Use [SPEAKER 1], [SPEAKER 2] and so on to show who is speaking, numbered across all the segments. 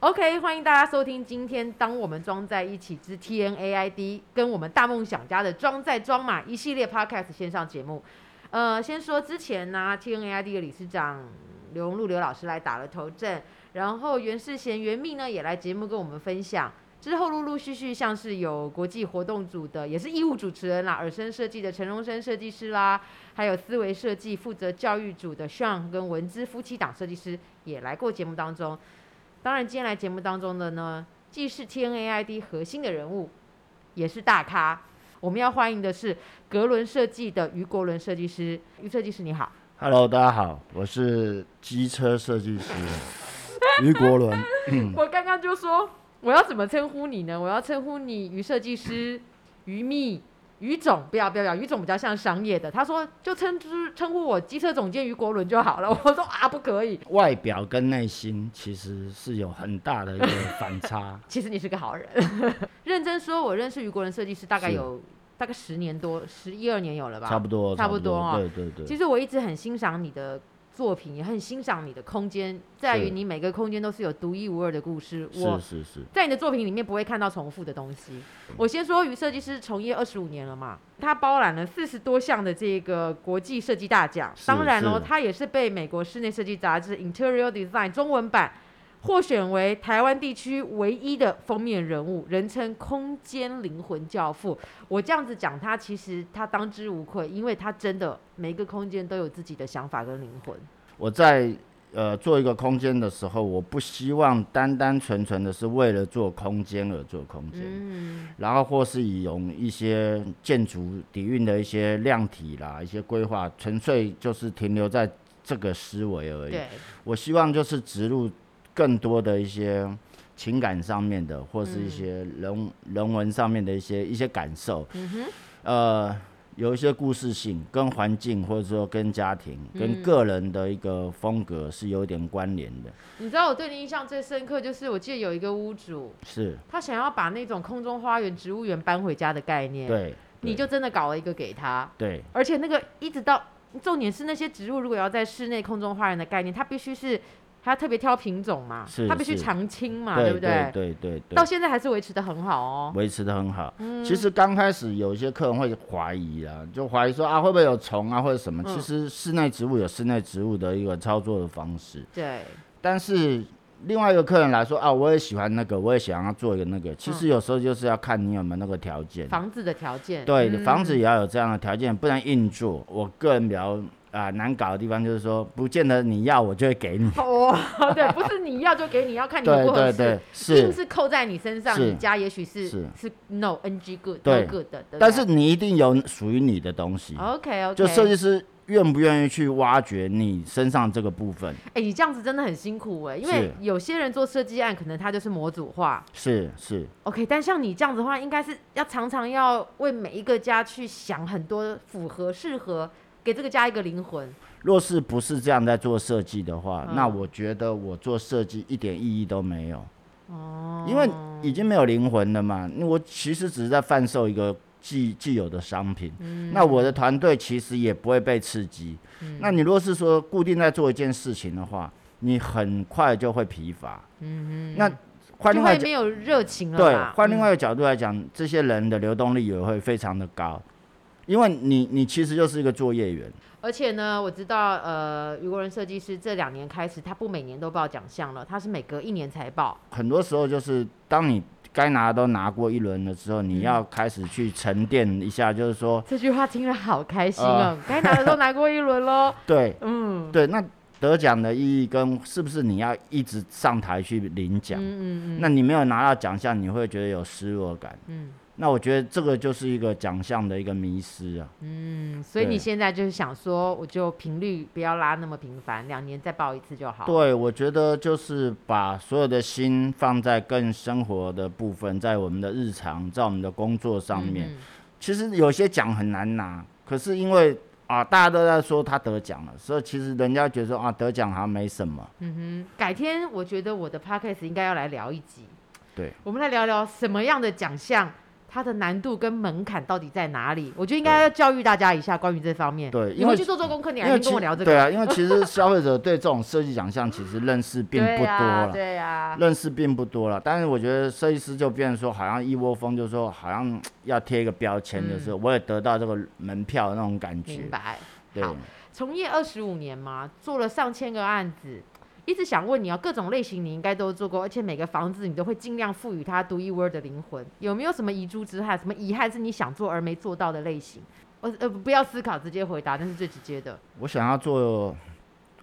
[SPEAKER 1] OK，欢迎大家收听今天《当我们装在一起之 TNAID》跟我们大梦想家的“装在装马”一系列 Podcast 线上节目。呃，先说之前呢、t n a i d 的理事长刘荣禄刘老师来打了头阵，然后袁世贤袁密呢也来节目跟我们分享。之后陆陆续续像是有国际活动组的，也是义务主持人啦，尔生设计的陈荣生设计师啦，还有思维设计负责教育组的 Sean 跟文之夫妻档设计师也来过节目当中。当然，今天来节目当中的呢，既是 TNAID 核心的人物，也是大咖。我们要欢迎的是格伦设计的于国伦设计师，于设计师你好。
[SPEAKER 2] Hello，大家好，我是机车设计师于 国伦。
[SPEAKER 1] 我刚刚就说我要怎么称呼你呢？我要称呼你于设计师、于密、于总，不要不要不要，于总比较像商业的。他说就称之称呼我机车总监于国伦就好了。我说啊，不可以。，
[SPEAKER 2] 外表跟内心其实是有很大的一个反差
[SPEAKER 1] 其实你是个好人。认真说，我认识于国伦设计师大概
[SPEAKER 2] 是
[SPEAKER 1] 有大概十年多，十一二年有了吧？
[SPEAKER 2] 差不多，
[SPEAKER 1] 差不多啊
[SPEAKER 2] 对对对，
[SPEAKER 1] 其实我一直很欣赏你的作品，也很欣赏你的空间，在于
[SPEAKER 2] 是
[SPEAKER 1] 你每个空间都是有独一无二的故事。我
[SPEAKER 2] 是是是，
[SPEAKER 1] 在你的作品里面不会看到重复的东西。我先说，于设计师从业二十五年了嘛，他包揽了四十多项的这个国际设计大奖，
[SPEAKER 2] 是
[SPEAKER 1] 当然喽，
[SPEAKER 2] 是
[SPEAKER 1] 他也是被美国室内设计杂志《Interior Design》中文版获选为台湾地区唯一的封面人物，人称“空间灵魂教父”。我这样子讲他，其实他当之无愧，因为他真的每一个空间都有自己的想法跟灵魂。
[SPEAKER 2] 我在呃做一个空间的时候，我不希望单单纯纯的是为了做空间而做空间，
[SPEAKER 1] 嗯，
[SPEAKER 2] 然后或是以用一些建筑底蕴的一些量体啦、一些规划，纯粹就是停留在这个思维而已。
[SPEAKER 1] 对，
[SPEAKER 2] 我希望就是植入更多的一些情感上面的，或是一些人、人文上面的一些一些感受。嗯哼，呃，有一些故事性，跟环境或者说跟家庭、跟个人的一个风格是有点关联的。
[SPEAKER 1] 你知道我对你印象最深刻，就是我记得有一个屋主，
[SPEAKER 2] 是，
[SPEAKER 1] 他想要把那种空中花园、植物园搬回家的概念，
[SPEAKER 2] 对，
[SPEAKER 1] 你就真的搞了一个给他，
[SPEAKER 2] 对，
[SPEAKER 1] 而且那个一直到重点是那些植物如果要在室内空中花园的概念，它必须是它特别挑品种嘛
[SPEAKER 2] 是，
[SPEAKER 1] 它必须
[SPEAKER 2] 是
[SPEAKER 1] 常青嘛，
[SPEAKER 2] 啊对
[SPEAKER 1] 不
[SPEAKER 2] 对对对对
[SPEAKER 1] 到，现在还是维持的很好哦。
[SPEAKER 2] 维持的很好。其实刚开始有一些客人会怀疑啊，就怀疑说啊会不会有虫啊或者什么。
[SPEAKER 1] 嗯
[SPEAKER 2] 其实室内植物有室内植物的一个操作的方式。
[SPEAKER 1] 对，
[SPEAKER 2] 但是另外一个客人来说啊，我也喜欢那个，我也想要做一个那个。其实有时候就是要看你有没有那个条件，
[SPEAKER 1] 嗯房子的条件，
[SPEAKER 2] 对，
[SPEAKER 1] 嗯
[SPEAKER 2] 房子也要有这样的条件，不然硬做。我个人比较啊、难搞的地方就是说，不见得你要我就会给你。
[SPEAKER 1] 哦，对，不是你要就给你，要看你合
[SPEAKER 2] 对
[SPEAKER 1] 不合
[SPEAKER 2] 对
[SPEAKER 1] 适。
[SPEAKER 2] 对，
[SPEAKER 1] 硬
[SPEAKER 2] 是。
[SPEAKER 1] 是扣在你身上，
[SPEAKER 2] 是
[SPEAKER 1] 你家也许是
[SPEAKER 2] 是
[SPEAKER 1] no ng good
[SPEAKER 2] 对
[SPEAKER 1] no good 的，对不对
[SPEAKER 2] 但是你一定有属于你的东西，
[SPEAKER 1] OK 哦 OK，
[SPEAKER 2] 就设计师愿不愿意去挖掘你身上这个部分，
[SPEAKER 1] 哎、你这样子真的很辛苦哎、因为
[SPEAKER 2] 是
[SPEAKER 1] 有些人做设计案，可能他就是模组化
[SPEAKER 2] 是是。
[SPEAKER 1] ，OK，但像你这样子的话，应该是要常常要为每一个家去想很多符合、适合，给这个家一个灵魂。
[SPEAKER 2] 若是不是这样在做设计的话，
[SPEAKER 1] 嗯
[SPEAKER 2] 那我觉得我做设计一点意义都没有。哦，因为已经没有灵魂了嘛。那我其实只是在贩售一个既既有的商品。
[SPEAKER 1] 嗯
[SPEAKER 2] 那我的团队其实也不会被刺激。那你如果是说固定在做一件事情的话，你很快就会疲乏。嗯那换
[SPEAKER 1] 就
[SPEAKER 2] 另外
[SPEAKER 1] 会
[SPEAKER 2] 一个
[SPEAKER 1] 没有热情了
[SPEAKER 2] 对
[SPEAKER 1] 啦。，
[SPEAKER 2] 换另
[SPEAKER 1] 嗯
[SPEAKER 2] 外一个角度来讲，这些人的流动率也会非常的高，因为你你其实就是一个作业员。
[SPEAKER 1] 而且呢，我知道呃，余国人设计师这两年开始，他不每年都报奖项了，他是每隔一年才报。
[SPEAKER 2] 很多时候就是当你该拿的都拿过一轮了之后，
[SPEAKER 1] 嗯
[SPEAKER 2] 你要开始去沉淀一下，就是说，
[SPEAKER 1] 这句话听了好开心
[SPEAKER 2] 呃
[SPEAKER 1] 哦，该、拿的都拿过一轮 喽。
[SPEAKER 2] 对
[SPEAKER 1] 嗯
[SPEAKER 2] 对，那得奖的意义跟是不是你要一直上台去领奖？
[SPEAKER 1] 嗯嗯
[SPEAKER 2] 那你没有拿到奖项，你会觉得有失落感。
[SPEAKER 1] 嗯
[SPEAKER 2] 那我觉得这个就是一个奖项的一个迷失啊。
[SPEAKER 1] 嗯，所以你
[SPEAKER 2] 对
[SPEAKER 1] 现在就是想说，我就频率不要拉那么频繁，两年再报一次就好。嗯
[SPEAKER 2] 对，我觉得就是把所有的心放在更生活的部分，在我们的日常，在我们的工作上面。
[SPEAKER 1] 嗯
[SPEAKER 2] 其实有些奖很难拿，可是因为啊，大家都在说他得奖了，所以其实人家觉得说啊，得奖好像没什么。
[SPEAKER 1] 嗯哼，改天我觉得我的 podcast 应该要来聊一集，
[SPEAKER 2] 对，
[SPEAKER 1] 我们来聊聊什么样的奖项它的难度跟门槛到底在哪里？我觉得应该要教育大家一下关于这方面。
[SPEAKER 2] 对，
[SPEAKER 1] 你
[SPEAKER 2] 因
[SPEAKER 1] 回
[SPEAKER 2] 为
[SPEAKER 1] 去做做功课，你
[SPEAKER 2] 因
[SPEAKER 1] 还
[SPEAKER 2] 为
[SPEAKER 1] 能跟
[SPEAKER 2] 其
[SPEAKER 1] 我聊这
[SPEAKER 2] 对
[SPEAKER 1] 个？
[SPEAKER 2] 啊，因为其实消费者对这种设计奖项其实认识并不
[SPEAKER 1] 对
[SPEAKER 2] 多
[SPEAKER 1] 啊
[SPEAKER 2] 了，
[SPEAKER 1] 对呀，
[SPEAKER 2] 认识并不多了。但是我觉得设计师就变成说，好像一窝蜂，就是说好像要贴一个标签，就是我也得到这个门票的那种感
[SPEAKER 1] 嗯
[SPEAKER 2] 觉
[SPEAKER 1] 明。白。
[SPEAKER 2] 对，
[SPEAKER 1] 好从业二十五年嘛，做了上千个案子，一直想问你啊，各种类型你应该都做过，而且每个房子你都会尽量赋予它独一无二的灵魂。有没有什么遗珠之憾？什么遗憾是你想做而没做到的类型？我呃，不要思考，直接回答，那是最直接的，
[SPEAKER 2] 我想要做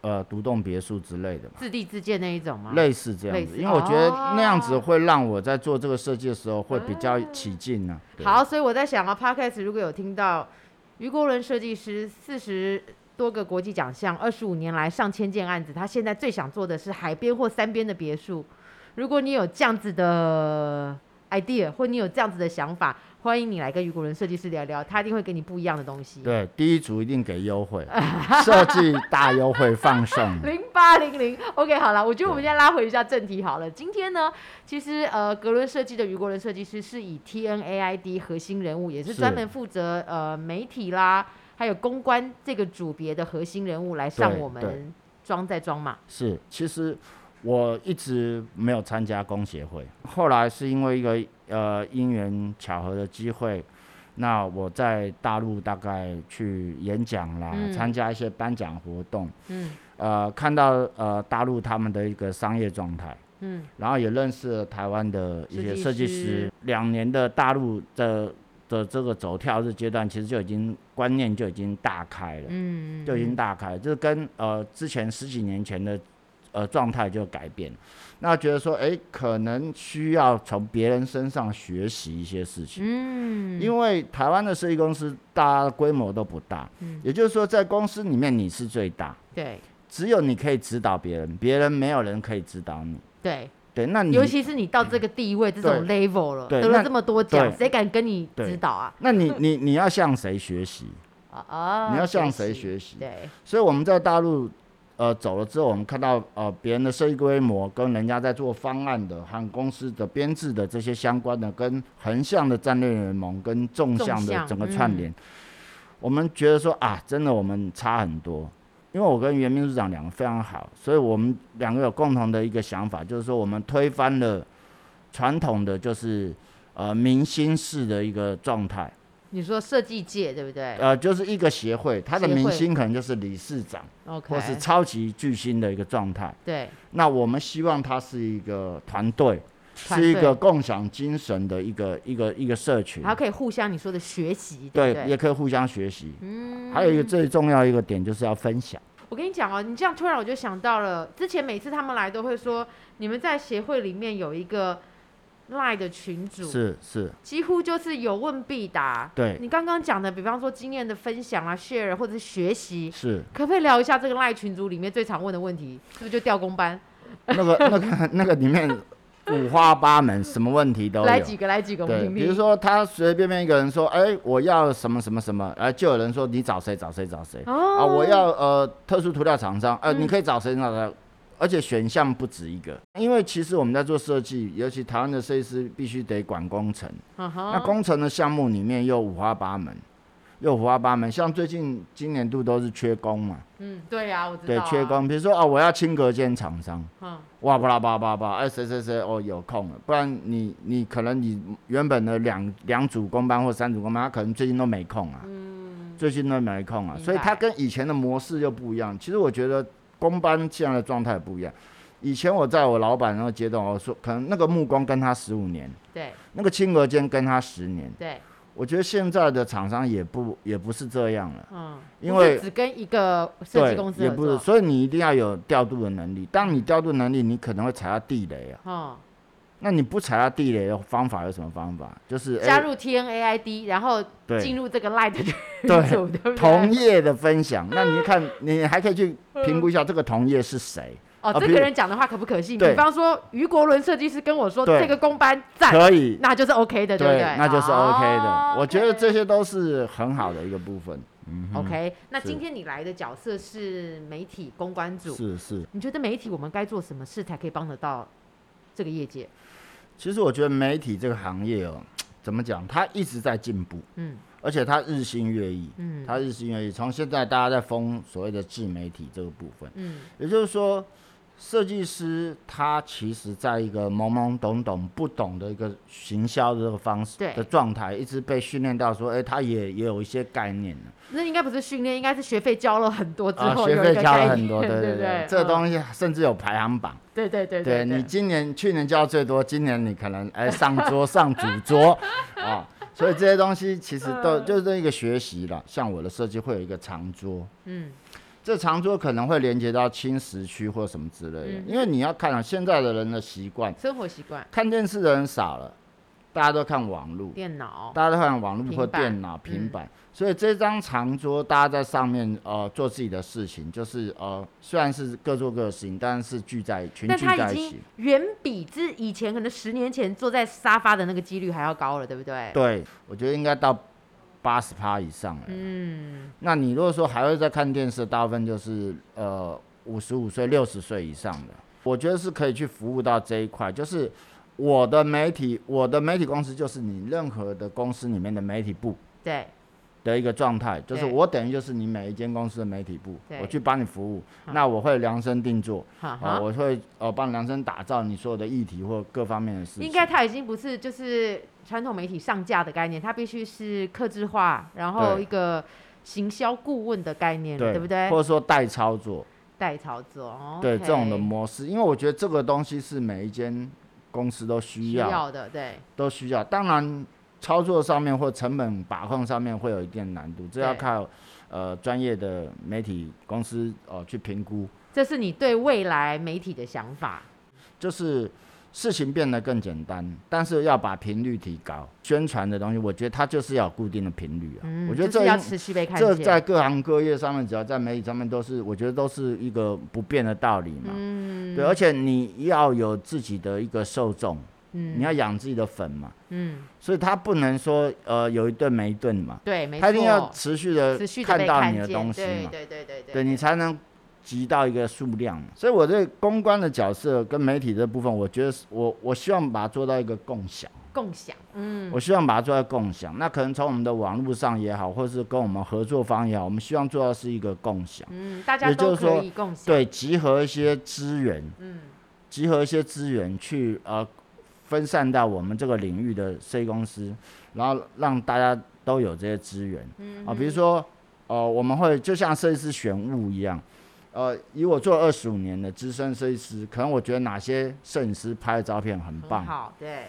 [SPEAKER 2] 呃独栋别墅之类的吧。
[SPEAKER 1] 自地自建那一种吗？
[SPEAKER 2] 类似这样
[SPEAKER 1] 啊类
[SPEAKER 2] 子，
[SPEAKER 1] 似
[SPEAKER 2] 因为我觉得那样子
[SPEAKER 1] 哦嗯
[SPEAKER 2] 会让我在做这个设计的时候会比较起劲呢、对，
[SPEAKER 1] 好，所以我在想啊，Podcast 如果有听到于国伦设计师四十多个国际奖项，二十五年来上千件案子，他现在最想做的是海边或山边的别墅。如果你有这样子的 idea，或你有这样子的想法，欢迎你来跟于国伦设计师聊聊，他一定会给你不一样的东西。
[SPEAKER 2] 对，第一组一定给 优惠，设计大优惠放送。
[SPEAKER 1] 零八零零，OK，好了，我觉得我们现在拉回一下正题好了。今天呢，其实呃，格伦设计的余国伦设计师是以 TNAID 核心人物，也是
[SPEAKER 2] 是
[SPEAKER 1] 专门负责呃媒体啦，还有公关这个组别的核心人物来上
[SPEAKER 2] 对
[SPEAKER 1] 我
[SPEAKER 2] 对
[SPEAKER 1] 们装在装嘛。
[SPEAKER 2] 是，其实我一直没有参加工协会，后来是因为一个呃因缘巧合的机会，那我在大陆大概去演讲啦，
[SPEAKER 1] 嗯
[SPEAKER 2] 参加一些颁奖活动，
[SPEAKER 1] 嗯
[SPEAKER 2] 呃，看到呃大陆他们的一个商业状态。
[SPEAKER 1] 嗯，
[SPEAKER 2] 然后也认识了台湾的一些
[SPEAKER 1] 设
[SPEAKER 2] 设
[SPEAKER 1] 计
[SPEAKER 2] 计
[SPEAKER 1] 师
[SPEAKER 2] 师。两年的大陆的的这个走跳日阶段，其实就已经观念就已经大开了，
[SPEAKER 1] 嗯，
[SPEAKER 2] 就已经大开了，就是跟呃之前十几年前的呃状态就改变了。那觉得说，哎，可能需要从别人身上学习一些事情。
[SPEAKER 1] 嗯，
[SPEAKER 2] 因为台湾的设计公司，大家规模都不大，
[SPEAKER 1] 嗯
[SPEAKER 2] 也就是说，在公司里面你是最大，
[SPEAKER 1] 对
[SPEAKER 2] 只有你可以指导别人，别人没有人可以指导你。
[SPEAKER 1] 对，
[SPEAKER 2] 对，那你
[SPEAKER 1] 尤其是你到这个地位、这种 level 了，
[SPEAKER 2] 嗯对
[SPEAKER 1] 得了
[SPEAKER 2] 那
[SPEAKER 1] 这么多奖，
[SPEAKER 2] 对
[SPEAKER 1] 谁敢跟你
[SPEAKER 2] 对
[SPEAKER 1] 指导啊？
[SPEAKER 2] 那你你你要向谁学习？
[SPEAKER 1] 啊啊！
[SPEAKER 2] 你要向谁学习
[SPEAKER 1] 对，
[SPEAKER 2] 所以我们在大陆，呃，走了之后，我们看到呃别人的设计规模跟人家在做方案的和公司的编制的这些相关的，跟横向的战略联盟跟纵向
[SPEAKER 1] 纵
[SPEAKER 2] 的
[SPEAKER 1] 向嗯
[SPEAKER 2] 整个串联，我们觉得说啊，真的我们差很多。因为我跟袁秘书长两个非常好，所以我们两个有共同的一个想法，就是说我们推翻了传统的就是呃明星式的一个状态。
[SPEAKER 1] 你说设计界对不对
[SPEAKER 2] 呃，就是一个协会，它的
[SPEAKER 1] 哎协会
[SPEAKER 2] 明星可能就是理事长
[SPEAKER 1] ？OK，
[SPEAKER 2] 或是超级巨星的一个状态。
[SPEAKER 1] 对，
[SPEAKER 2] 那我们希望它是一个团队，
[SPEAKER 1] 团
[SPEAKER 2] 是一
[SPEAKER 1] 队
[SPEAKER 2] 个共享精神的一个一个一个社群
[SPEAKER 1] 还，可以互相你说的学习，
[SPEAKER 2] 对，
[SPEAKER 1] 不对？
[SPEAKER 2] 也可以互相学习。
[SPEAKER 1] 嗯
[SPEAKER 2] 还有一个最重要一个点就是要分享，
[SPEAKER 1] 我跟你讲哦，你这样突然我就想到了，之前每次他们来都会说，你们在协会里面有一个 Line 的群组，
[SPEAKER 2] 是是，
[SPEAKER 1] 几乎就是有问必答。
[SPEAKER 2] 对，
[SPEAKER 1] 你刚刚讲的，比方说经验的分享啊、share 或者是学习，
[SPEAKER 2] 是
[SPEAKER 1] 可不可以聊一下这个 Line 群组里面最常问的问题？是不是就调工班？
[SPEAKER 2] 那个那个那个里面五花八门，什么问题都
[SPEAKER 1] 来
[SPEAKER 2] 有
[SPEAKER 1] 几。个，来几个，我们
[SPEAKER 2] 对，
[SPEAKER 1] 听听。
[SPEAKER 2] 比如说他随随便便一个人说，哎、我要什么什么什么，哎、就有人说你找谁找谁找谁，
[SPEAKER 1] 哦，
[SPEAKER 2] 啊，我要呃特殊涂料厂商，呃，你可以找谁找谁，而且选项不止一个，因为其实我们在做设计，尤其台湾的设计师必须得管工程，
[SPEAKER 1] 嗯哼，
[SPEAKER 2] 那工程的项目里面又五花八门，又五花八门，像最近今年度都是缺工嘛，
[SPEAKER 1] 嗯，对呀、我知道、
[SPEAKER 2] 对，缺。工，比如说啊，我要清隔间厂商，
[SPEAKER 1] 嗯，
[SPEAKER 2] 哇巴拉巴拉巴拉巴拉，哎谁谁谁哦有空了，不然你你可能你原本的两两组工班或三组工班，他可能最近都没空啊，最近都没空啊，
[SPEAKER 1] 嗯明白
[SPEAKER 2] 所以他跟以前的模式又不一样。其实我觉得工班现在的状态不一样，以前我在我老板那个阶段，我说可能那个木工跟他十五年，
[SPEAKER 1] 对
[SPEAKER 2] 那个清隔间跟他十年，
[SPEAKER 1] 对，
[SPEAKER 2] 我觉得现在的厂商也不也不是这样了。
[SPEAKER 1] 嗯，
[SPEAKER 2] 因
[SPEAKER 1] 不是
[SPEAKER 2] 为
[SPEAKER 1] 只跟一个设
[SPEAKER 2] 对
[SPEAKER 1] 计公，司
[SPEAKER 2] 也
[SPEAKER 1] 合
[SPEAKER 2] 不是，
[SPEAKER 1] 作，
[SPEAKER 2] 所以你一定要有调度的能力。当你调度能力，你可能会踩到地雷啊。
[SPEAKER 1] 嗯，
[SPEAKER 2] 那你不踩到地雷的方法有什么方法？就是哎
[SPEAKER 1] 加入 TNAID，然后进
[SPEAKER 2] 对
[SPEAKER 1] 入这个 Light 群
[SPEAKER 2] 对
[SPEAKER 1] 组，对啊不对？
[SPEAKER 2] 同业的分享。那你看，你还可以去评估一下这个同业是谁，
[SPEAKER 1] 哦，
[SPEAKER 2] 啊
[SPEAKER 1] 这
[SPEAKER 2] 比
[SPEAKER 1] 个
[SPEAKER 2] 如
[SPEAKER 1] 人讲的话可不可信？
[SPEAKER 2] 对
[SPEAKER 1] 比方说于国伦设计师跟我说
[SPEAKER 2] 对
[SPEAKER 1] 这个公班赞，
[SPEAKER 2] 可以。
[SPEAKER 1] 嗯那就是 OK 的，对不对？
[SPEAKER 2] 那就是 OK
[SPEAKER 1] 哦
[SPEAKER 2] 的。我觉得这些都是很好的一个部分。
[SPEAKER 1] OK。那
[SPEAKER 2] 是
[SPEAKER 1] 今天你来的角色是媒体公关组，
[SPEAKER 2] 是是，
[SPEAKER 1] 你觉得媒体我们该做什么事才可以帮得到这个业界？
[SPEAKER 2] 其实我觉得媒体这个行业哦，怎么讲？它一直在进步，
[SPEAKER 1] 嗯
[SPEAKER 2] 而且它日新月异，
[SPEAKER 1] 嗯
[SPEAKER 2] 它日新月异。从现在大家在封所谓的自媒体这个部分，
[SPEAKER 1] 嗯
[SPEAKER 2] 也就是说，设计师他其实在一个懵懵懂懂、不懂的一个行销的这个方式
[SPEAKER 1] 对
[SPEAKER 2] 的状态，一直被训练到说，哎、他也也有一些概念了
[SPEAKER 1] 那应该不是训练，应该是学费交了很多之
[SPEAKER 2] 啊，
[SPEAKER 1] 后
[SPEAKER 2] 学
[SPEAKER 1] 有一
[SPEAKER 2] 费
[SPEAKER 1] 个
[SPEAKER 2] 交
[SPEAKER 1] 概
[SPEAKER 2] 了
[SPEAKER 1] 念，
[SPEAKER 2] 很多，
[SPEAKER 1] 对
[SPEAKER 2] 对
[SPEAKER 1] 不对，嗯
[SPEAKER 2] 这
[SPEAKER 1] 西，
[SPEAKER 2] 东西甚至有排行榜。
[SPEAKER 1] 对对对
[SPEAKER 2] 对你今年、去年交最多，今年你可能 哎上桌上主桌啊，所以这些东西其实都
[SPEAKER 1] 嗯
[SPEAKER 2] 就是一个学习了。像我的设计会有一个长桌，
[SPEAKER 1] 嗯
[SPEAKER 2] 这长桌可能会连接到轻食区或什么之类的
[SPEAKER 1] 嗯，
[SPEAKER 2] 因为你要看啊，现在的人的习惯，
[SPEAKER 1] 生活习惯、
[SPEAKER 2] 看电视的人少了，大家都看网络，
[SPEAKER 1] 电脑，
[SPEAKER 2] 大家都看网络或
[SPEAKER 1] 平板嗯
[SPEAKER 2] 电脑、平板，所以这张长桌大家在上面呃做自己的事情，就是呃虽然是各做各的事情，但是聚在群
[SPEAKER 1] 但
[SPEAKER 2] 聚
[SPEAKER 1] 它
[SPEAKER 2] 在
[SPEAKER 1] 已
[SPEAKER 2] 一起
[SPEAKER 1] 经。远比之以前可能十年前坐在沙发的那个几率还要高了，对不对？
[SPEAKER 2] 对，我觉得应该到八十趴以上了。
[SPEAKER 1] 嗯，
[SPEAKER 2] 那你如果说还会再看电视，大部分就是呃五十五岁、六十岁以上的，我觉得是可以去服务到这一块。就是我的媒体，我的媒体公司就是你任何的公司里面的媒体部
[SPEAKER 1] 对，
[SPEAKER 2] 的一个状态，就是
[SPEAKER 1] 对
[SPEAKER 2] 我等于就是你每一间公司的媒体部，
[SPEAKER 1] 对
[SPEAKER 2] 我去帮你服务。
[SPEAKER 1] 好
[SPEAKER 2] 那我会量身定做，
[SPEAKER 1] 哈
[SPEAKER 2] 啊、
[SPEAKER 1] 哈。
[SPEAKER 2] 我会呃帮量身打造你所有的议题或各方面的事情。
[SPEAKER 1] 应该它已经不是就是传统媒体上架的概念，它必须是客制化，然后
[SPEAKER 2] 对
[SPEAKER 1] 一个行销顾问的概念了，
[SPEAKER 2] 对，
[SPEAKER 1] 对不对
[SPEAKER 2] 或？者说代操作。
[SPEAKER 1] 代操作，
[SPEAKER 2] 对
[SPEAKER 1] OK
[SPEAKER 2] 这种的模式，因为我觉得这个东西是每一间公司都需
[SPEAKER 1] 需
[SPEAKER 2] 要，
[SPEAKER 1] 要的，对，
[SPEAKER 2] 都需要。当然，操作上面或成本把控上面会有一定难度，这要
[SPEAKER 1] 对
[SPEAKER 2] 靠呃专业的媒体公司哦、呃去评估。
[SPEAKER 1] 这是你对未来媒体的想法。
[SPEAKER 2] 就是事情变得更简单，但是要把频率提高。宣传的东西，我觉得它就是要有固定的频率啊。
[SPEAKER 1] 嗯，
[SPEAKER 2] 我觉得
[SPEAKER 1] 就
[SPEAKER 2] 这
[SPEAKER 1] 是要
[SPEAKER 2] 应
[SPEAKER 1] 持续被看见。
[SPEAKER 2] 这在各行各业上面，只要在媒体上面都是，我觉得都是一个不变的道理嘛。
[SPEAKER 1] 嗯，
[SPEAKER 2] 对，而且你要有自己的一个受众，
[SPEAKER 1] 嗯
[SPEAKER 2] 你要养自己的粉嘛，
[SPEAKER 1] 嗯，
[SPEAKER 2] 所以他不能说呃有一顿没一顿嘛，
[SPEAKER 1] 对，没错，
[SPEAKER 2] 他一定要持续的
[SPEAKER 1] 持续地
[SPEAKER 2] 看
[SPEAKER 1] 被
[SPEAKER 2] 到
[SPEAKER 1] 看
[SPEAKER 2] 你的
[SPEAKER 1] 见
[SPEAKER 2] 东西
[SPEAKER 1] 对
[SPEAKER 2] 嘛，
[SPEAKER 1] 对对对
[SPEAKER 2] 对你才能集到一个数量嘛。所以我对公关的角色跟媒体这部分，我觉得是我我希望把它做到一个共享，
[SPEAKER 1] 共享，嗯，
[SPEAKER 2] 我希望把它做到共享。那可能从我们的网络上也好，或是跟我们合作方也好，我们希望做到是一个共享，
[SPEAKER 1] 嗯，大家
[SPEAKER 2] 也就
[SPEAKER 1] 都
[SPEAKER 2] 是说
[SPEAKER 1] 可以共享，
[SPEAKER 2] 对，集合一些资源，
[SPEAKER 1] 嗯，
[SPEAKER 2] 集合一些资源去呃分散到我们这个领域的设计公司，然后让大家都有这些资源啊、比如说呃我们会就像设计师选物一样，呃以我做二十五年的资深设计师，可能我觉得哪些摄影师拍的照片很
[SPEAKER 1] 很
[SPEAKER 2] 棒，
[SPEAKER 1] 好，对，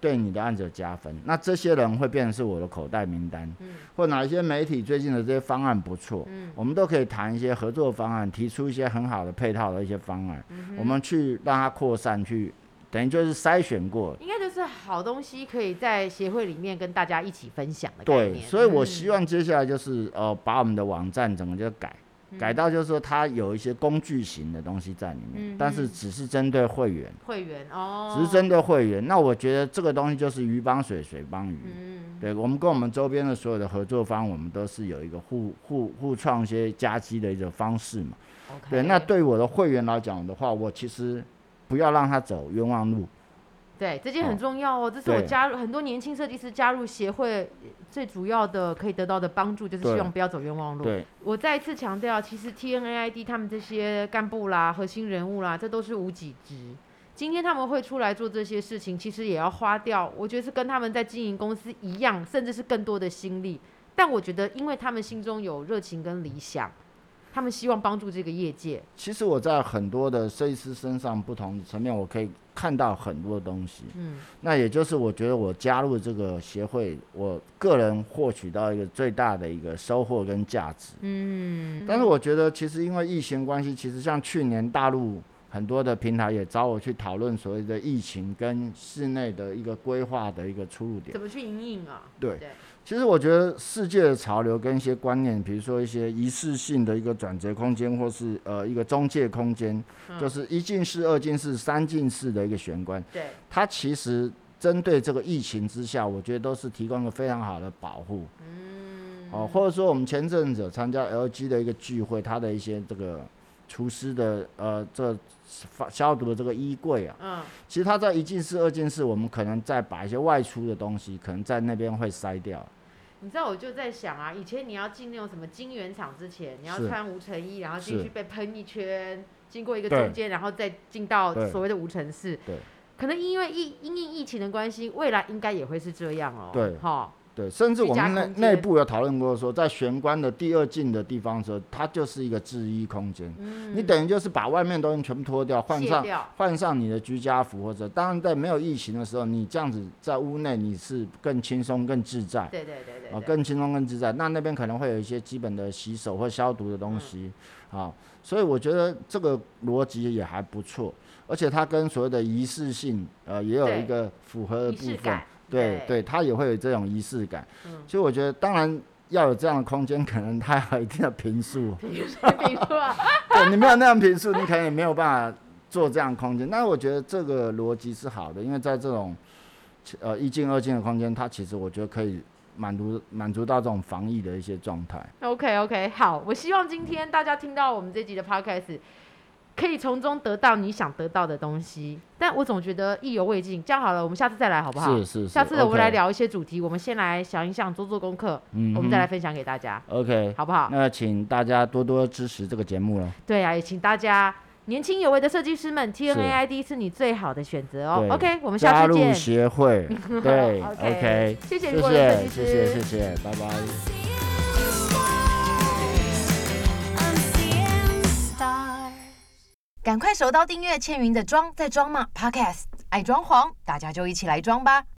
[SPEAKER 2] 对你的案子有加分，那这些人会变成是我的口袋名单，
[SPEAKER 1] 嗯
[SPEAKER 2] 或哪一些媒体最近的这些方案不错，
[SPEAKER 1] 嗯
[SPEAKER 2] 我们都可以谈一些合作方案，提出一些很好的配套的一些方案，
[SPEAKER 1] 嗯
[SPEAKER 2] 我们去让它扩散去，等于就是筛选过。
[SPEAKER 1] 应该就是好东西可以在协会里面跟大家一起分享的概
[SPEAKER 2] 对，
[SPEAKER 1] 念。
[SPEAKER 2] 所以我
[SPEAKER 1] 嗯
[SPEAKER 2] 希望接下来就是呃，把我们的网站整个就改，
[SPEAKER 1] 嗯
[SPEAKER 2] 改到就是说它有一些工具型的东西在里面，
[SPEAKER 1] 嗯
[SPEAKER 2] 但是
[SPEAKER 1] 哼
[SPEAKER 2] 只是针对会员，
[SPEAKER 1] 会员哦，
[SPEAKER 2] 只是针对会员。那我觉得这个东西就是鱼帮水，水帮鱼。
[SPEAKER 1] 嗯
[SPEAKER 2] 对我们跟我们周边的所有的合作方，我们都是有一个互互互创一些夹击的一种方式嘛。
[SPEAKER 1] 嗯，OK，
[SPEAKER 2] 对，那对我的会员来讲的话，我其实不要让他走冤枉路。
[SPEAKER 1] 对这件很
[SPEAKER 2] 哦
[SPEAKER 1] 重要哦，这是我
[SPEAKER 2] 对
[SPEAKER 1] 加入很多年轻设计师加入协会最主要的可以得到的帮助，就是希
[SPEAKER 2] 对
[SPEAKER 1] 望不要走冤枉路。
[SPEAKER 2] 对
[SPEAKER 1] 我再一次强调，其实 TNAID 他们这些干部啦、核心人物啦，这都是无给职。今天他们会出来做这些事情，其实也要花掉，我觉得是跟他们在经营公司一样，甚至是更多的心力。但我觉得，因为他们心中有热情跟理想，他们希望帮助这个业界。
[SPEAKER 2] 其实我在很多的设计师身上不同的层面，我可以看到很多东西。
[SPEAKER 1] 嗯，
[SPEAKER 2] 那也就是我觉得我加入这个协会，我个人获取到一个最大的一个收获跟价值。
[SPEAKER 1] 嗯，
[SPEAKER 2] 但是我觉得，其实因为疫情关系，其实像去年大陆很多的平台也找我去讨论所谓的疫情跟室内的一个规划的一个出入点
[SPEAKER 1] 怎。么去引领啊？
[SPEAKER 2] 对
[SPEAKER 1] 对，
[SPEAKER 2] 其实我觉得世界的潮流跟一些观念，比如说一些仪式性的一个转折空间，或是呃一个中介空间，
[SPEAKER 1] 嗯
[SPEAKER 2] 就是一进式、二进式、三进式的一个玄关，
[SPEAKER 1] 对，
[SPEAKER 2] 它其实针对这个疫情之下，我觉得都是提供了非常好的保护。
[SPEAKER 1] 嗯，
[SPEAKER 2] 哦，或者说我们前阵子有参加 LG 的一个聚会，它的一些这个厨师的呃这发消毒的这个衣柜啊，
[SPEAKER 1] 嗯，
[SPEAKER 2] 其实它在一进室、二进室，我们可能再把一些外出的东西，可能在那边会塞掉。
[SPEAKER 1] 你知道我就在想啊，以前你要进那种什么金源厂之前，你要
[SPEAKER 2] 是
[SPEAKER 1] 穿无尘衣，然后进
[SPEAKER 2] 是
[SPEAKER 1] 去被喷一圈，经过一个
[SPEAKER 2] 对
[SPEAKER 1] 中间，然后再进到
[SPEAKER 2] 对
[SPEAKER 1] 所谓的无尘室。
[SPEAKER 2] 对，
[SPEAKER 1] 可能因为疫因应疫情的关系，未来应该也会是这样哦。
[SPEAKER 2] 对
[SPEAKER 1] 哈，
[SPEAKER 2] 对，甚至我
[SPEAKER 1] 居家
[SPEAKER 2] 们内
[SPEAKER 1] 空间
[SPEAKER 2] 内部有讨论过说，在玄关的第二进的地方的时候，它就是一个制衣空间。你等于就是把外面的东西全部脱掉，换
[SPEAKER 1] 嗯卸
[SPEAKER 2] 上
[SPEAKER 1] 掉
[SPEAKER 2] 换上你的居家服，或者当然在没有疫情的时候，你这样子在屋内你是更轻松、更自在。
[SPEAKER 1] 对对对对对，
[SPEAKER 2] 啊，更轻松、更自在。那那边可能会有一些基本的洗手或消毒的东西，啊，所以我觉得这个逻辑也还不错，而且它跟所谓的仪式性，呃，也有
[SPEAKER 1] 对
[SPEAKER 2] 一个符合的
[SPEAKER 1] 仪
[SPEAKER 2] 部
[SPEAKER 1] 式
[SPEAKER 2] 分
[SPEAKER 1] 感。。
[SPEAKER 2] 对对，它也会有这种仪式感。
[SPEAKER 1] 嗯。
[SPEAKER 2] 所以我觉得，当然要有这样的空间，可能它要有一定的频数
[SPEAKER 1] 比如说，比如说，啊
[SPEAKER 2] 对，你没有那样频数，你可能也没有办法做这样的空间。但是我觉得这个逻辑是好的，因为在这种呃一进二进的空间，它其实我觉得可以满足满足到这种防疫的一些状态。
[SPEAKER 1] OK OK，好，我希望今天大家听到我们这集的 Podcast，可以从中得到你想得到的东西。但我总觉得意犹未尽，这样好了，我们下次再来好不好？
[SPEAKER 2] 是是是
[SPEAKER 1] 下次我们
[SPEAKER 2] OK
[SPEAKER 1] 来聊一些主题，我们先来想一想，做做功课，
[SPEAKER 2] 嗯哼
[SPEAKER 1] 我们再来分享给大家，
[SPEAKER 2] OK，
[SPEAKER 1] 好不好？
[SPEAKER 2] 那请大家多多支持这个节目了。
[SPEAKER 1] 对啊，也请大家年轻有为的设计师们，TNAID 是你最好的选择哦
[SPEAKER 2] 对。
[SPEAKER 1] OK，我们
[SPEAKER 2] 加
[SPEAKER 1] 下次
[SPEAKER 2] 入
[SPEAKER 1] 见。
[SPEAKER 2] 协会， 对
[SPEAKER 1] OK，
[SPEAKER 2] ，OK，
[SPEAKER 1] 谢谢
[SPEAKER 2] 谢
[SPEAKER 1] 如果有设
[SPEAKER 2] 谢
[SPEAKER 1] 计
[SPEAKER 2] 谢
[SPEAKER 1] 师
[SPEAKER 2] 谢谢谢，拜拜。
[SPEAKER 3] I'm seeing stars.
[SPEAKER 4] 赶快手刀订阅倩云的“装在装嘛 ”Podcast，爱装潢，大家就一起来装吧！